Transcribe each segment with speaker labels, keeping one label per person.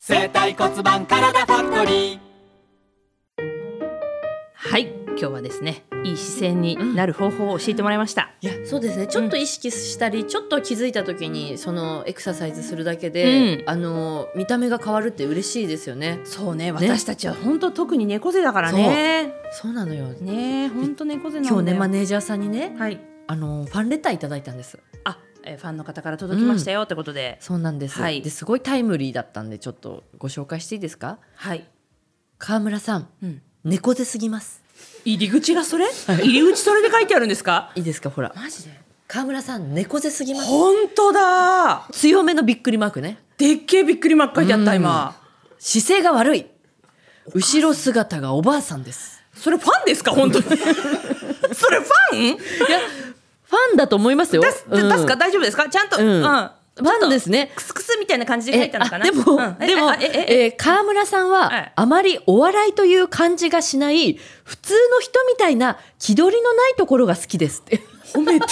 Speaker 1: 生体骨盤体ファクトリー
Speaker 2: はい今日はですねいい視線になる方法を教えてもらいました、
Speaker 3: そうですねちょっと意識したり、ちょっと気づいた時にそのエクササイズするだけで、
Speaker 2: うん
Speaker 3: あの見た目が変わるって嬉しいですよね
Speaker 2: そうね私たちは本当特に猫背だからね
Speaker 3: そうなのよ
Speaker 2: ね本当猫背なんだよ
Speaker 3: 今日ねマネージャーさんにね
Speaker 2: はい
Speaker 3: あのファンレターいただいたんです
Speaker 2: あえファンの方から届きましたよってことで、
Speaker 3: そうなんです、
Speaker 2: はい
Speaker 3: ですごいタイムリーだったんでちょっとご紹介していいですか
Speaker 2: はい、
Speaker 3: 川村さん
Speaker 2: うん、
Speaker 3: 猫背すぎます
Speaker 2: 入り口がそれ入り口それで書いてあるんですか
Speaker 3: いいですかほら
Speaker 2: マジで
Speaker 3: 川村さん猫背すぎます
Speaker 2: 本当だ
Speaker 3: 強めのびっくりマークね
Speaker 2: でっけえびっくりマーク書いてあった今
Speaker 3: 姿勢が悪い後ろ姿がおばあさんです
Speaker 2: それファンですか本 当にそれファン
Speaker 3: いやファンだと思いますよ
Speaker 2: 出す
Speaker 3: うん
Speaker 2: 出すか大丈夫ですかちゃんと、
Speaker 3: うん
Speaker 2: うん
Speaker 3: ファンですね
Speaker 2: クスクスみたいな感じで書いたのかな
Speaker 3: えあでも、
Speaker 2: うんえ
Speaker 3: でも
Speaker 2: あえええ
Speaker 3: えー川村さんは、
Speaker 2: はい
Speaker 3: あまりお笑いという感じがしない普通の人みたいな気取りのないところが好きですって
Speaker 2: 褒めて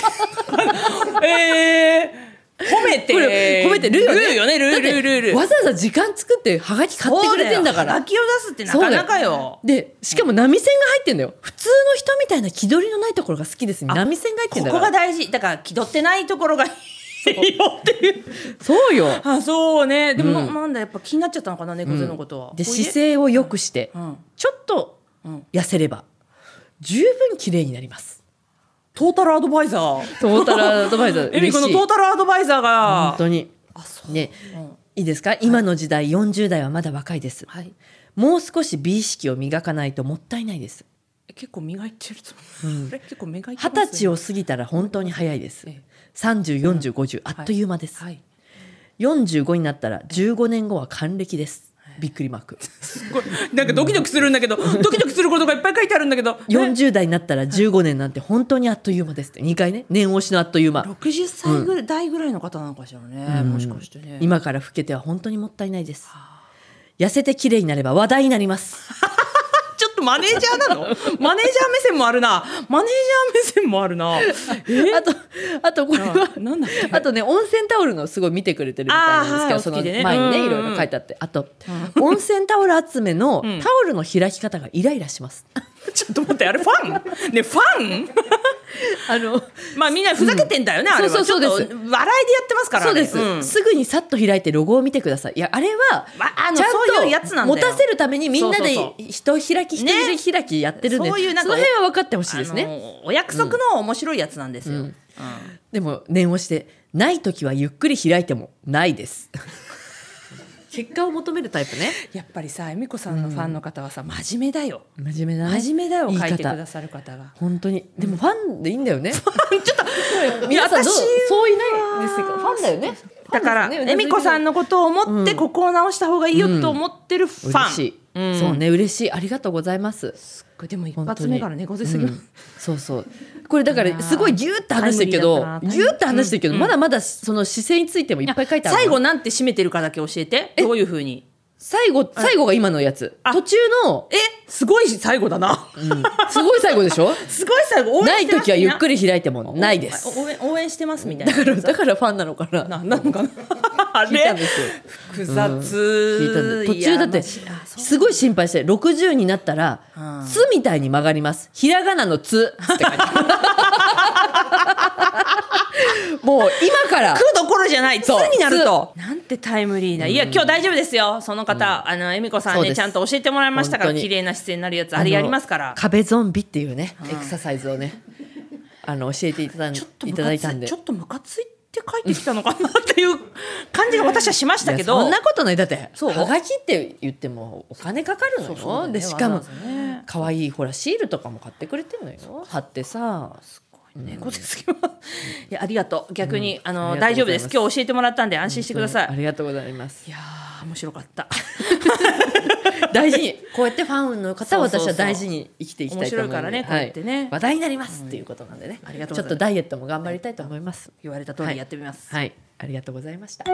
Speaker 2: えー、褒めて
Speaker 3: これ褒めてるよね
Speaker 2: ルールルールルール
Speaker 3: わざわざ時間作ってはがき買ってくれてんだから
Speaker 2: 泣きを出すってなかなかよ
Speaker 3: でしかも波線が入ってんだよ普通の人みたいな気取りのないところが好きですに波線が入ってん
Speaker 2: こ
Speaker 3: だ
Speaker 2: こが
Speaker 3: から
Speaker 2: 大事だから気取ってないところがいいよっていう
Speaker 3: そうよ
Speaker 2: あそうねでも、
Speaker 3: うん
Speaker 2: なんだやっぱ気になっちゃったのかな猫背のことは、
Speaker 3: で
Speaker 2: ほい
Speaker 3: 姿勢を良くして、
Speaker 2: うん
Speaker 3: ちょっと
Speaker 2: うん
Speaker 3: 痩せれば十分綺麗になり ます
Speaker 2: トータルアドバイザー
Speaker 3: トータルアドバイザー
Speaker 2: エミコのトータルアドバイザーが
Speaker 3: 本当に
Speaker 2: あそう
Speaker 3: ね
Speaker 2: うん
Speaker 3: いいですか今の時代40代はまだ若いです、
Speaker 2: はい
Speaker 3: もう少し美意識を磨かないともったいないです
Speaker 2: え結構磨いてると
Speaker 3: う
Speaker 2: 思うんこれ結構磨いて
Speaker 3: 二
Speaker 2: ます
Speaker 3: 十歳を過ぎたら本当に早いです
Speaker 2: ええ
Speaker 3: 304050あっという間です、
Speaker 2: はい
Speaker 3: 45になったら15年後は還暦ですびっくりマ ーク
Speaker 2: すごいなんかドキドキするんだけど、ドキドキすることがいっぱい書いてあるんだけどね
Speaker 3: 40代になったら15年なんて本当にあっという間ですって2回ね年押しのあっという間
Speaker 2: 60歳ぐらい代ぐらいの方なのかしらね、
Speaker 3: うん
Speaker 2: もしかしてね
Speaker 3: 今から老けては本当にもったいないです痩せて綺麗になれば話題になります
Speaker 2: ちょっとマネージャー なのマネージャー目線もあるなマネージャー目線もあるな
Speaker 3: あとあとこれは
Speaker 2: あなんだっけ
Speaker 3: あとね温泉タオルのすごい見てくれてるみたいなんですけ
Speaker 2: あーは
Speaker 3: ど
Speaker 2: い
Speaker 3: そ
Speaker 2: お好
Speaker 3: の
Speaker 2: きでね
Speaker 3: 前に
Speaker 2: うん
Speaker 3: ね
Speaker 2: うん
Speaker 3: い
Speaker 2: うん
Speaker 3: ろいろ書いてあってあと温泉タオル集 めのタオルの開き方がイライラします
Speaker 2: ちょっと待ってあれファンねファン
Speaker 3: あの
Speaker 2: まあみんなふざけてんだよね、あれは
Speaker 3: そうそうそうです
Speaker 2: ちょっと笑いでやってますから
Speaker 3: そうで
Speaker 2: あれん
Speaker 3: すすぐにさっと開いてロゴを見てくださいいやあれは
Speaker 2: わあの
Speaker 3: ちゃ
Speaker 2: そういうやつなんん
Speaker 3: と
Speaker 2: だよ
Speaker 3: 持たせるためにみんなで
Speaker 2: そうそう
Speaker 3: 人開き人開きやってるんで
Speaker 2: ね
Speaker 3: そ
Speaker 2: そういうなんか
Speaker 3: の辺は分かってほしいです
Speaker 2: あ
Speaker 3: ね
Speaker 2: のお約束の面白いやつなんですよ、
Speaker 3: うん
Speaker 2: うん
Speaker 3: でも念をしてない時はゆっくり開いてもないです 結果を求めるタイプね
Speaker 2: やっぱりさ恵美子さんのファンの方はさ真面目だよ
Speaker 3: 真面目だね
Speaker 2: 真面目だよ
Speaker 3: 言い
Speaker 2: 書
Speaker 3: 方
Speaker 2: いてくださる方が
Speaker 3: 本当にでもファンでいいんだよ ね。ちょっと皆
Speaker 2: い
Speaker 3: さ
Speaker 2: や
Speaker 3: ん
Speaker 2: 私
Speaker 3: どう
Speaker 2: は
Speaker 3: そういないですか。ファンだよね。
Speaker 2: だから、
Speaker 3: ファンですよね
Speaker 2: 恵美子さん。のことを思って、
Speaker 3: うん
Speaker 2: ここを直した方がいいよと思ってるファン。
Speaker 3: 嬉しい、そうね嬉しいありがとうございます。
Speaker 2: これでも一
Speaker 3: 本当
Speaker 2: 発
Speaker 3: に
Speaker 2: 目から猫背すぎる、
Speaker 3: うんそうそうこれだか
Speaker 2: いや
Speaker 3: ら
Speaker 2: ー
Speaker 3: すごいギューって話してるけど
Speaker 2: タイムリーだったな
Speaker 3: ギューって話してるけど、
Speaker 2: うん
Speaker 3: まだまだその姿勢についてもいっぱい書いてある
Speaker 2: 最後
Speaker 3: の
Speaker 2: なんて締めてるかだけ教えて。どういう風に。
Speaker 3: 最後最後が今のやつ
Speaker 2: あ
Speaker 3: 途中の、
Speaker 2: え、すごい最後だな。
Speaker 3: うん すごい最後でし ょ
Speaker 2: すごい最後。
Speaker 3: ない時はゆっく
Speaker 2: り。
Speaker 3: り開いてもないです
Speaker 2: 応援応援してますみたい
Speaker 3: だ
Speaker 2: な。
Speaker 3: からだからファンなのかな
Speaker 2: ななのかな。 あ
Speaker 3: 聞いたん
Speaker 2: れ
Speaker 3: ですよ
Speaker 2: 複
Speaker 3: 聞いたん
Speaker 2: 雑
Speaker 3: で。途中だって
Speaker 2: いやまああそう
Speaker 3: すごい心配して60になったら
Speaker 2: うん
Speaker 3: 「つ」みたいに曲がりますひらがなの「つ」って書いてあるもう今から
Speaker 2: 食うどころじゃない。つ
Speaker 3: そう
Speaker 2: になると。なんてタイムリーな。いや、今日大丈夫ですよ。その方、あの、恵美子さん
Speaker 3: そうで
Speaker 2: ね、
Speaker 3: す
Speaker 2: ちゃんと教えてもらいましたから、
Speaker 3: 本当に
Speaker 2: 綺麗な姿勢になるやつ、あれやりますから
Speaker 3: あの。壁ゾンビっていうねエクササイズをねあの教えていただ
Speaker 2: ちょっと
Speaker 3: いただいたんで
Speaker 2: ちょっとムカついて書いてきたのかなっていう感じが私はしましたけ
Speaker 3: いや
Speaker 2: ど
Speaker 3: そんなことないだって
Speaker 2: そう
Speaker 3: はがきって言ってもお金かかるのよ
Speaker 2: そうそうだよね
Speaker 3: でしかも
Speaker 2: わざわざね
Speaker 3: 可愛、いほらシールとかも買ってくれてるのよ貼ってさ
Speaker 2: 猫背すぎますいやありがとう逆に、あの
Speaker 3: ありがとうございます
Speaker 2: 大丈夫です今日教えてもらったんで安心してください、
Speaker 3: あ
Speaker 2: い
Speaker 3: りがとうございます
Speaker 2: やー面白かった
Speaker 3: 大事にこうやってファンの方を
Speaker 2: そうそうそう
Speaker 3: 私は大事に生きていきたいと思うので
Speaker 2: 面白いからねこう
Speaker 3: は
Speaker 2: やってね
Speaker 3: 話題になりますっていうことなんでね、
Speaker 2: ありがとう
Speaker 3: ち
Speaker 2: ございます
Speaker 3: ょっとダイエットも頑張りたいと思います
Speaker 2: 言われた通りやってみます、
Speaker 3: はいありがとうございました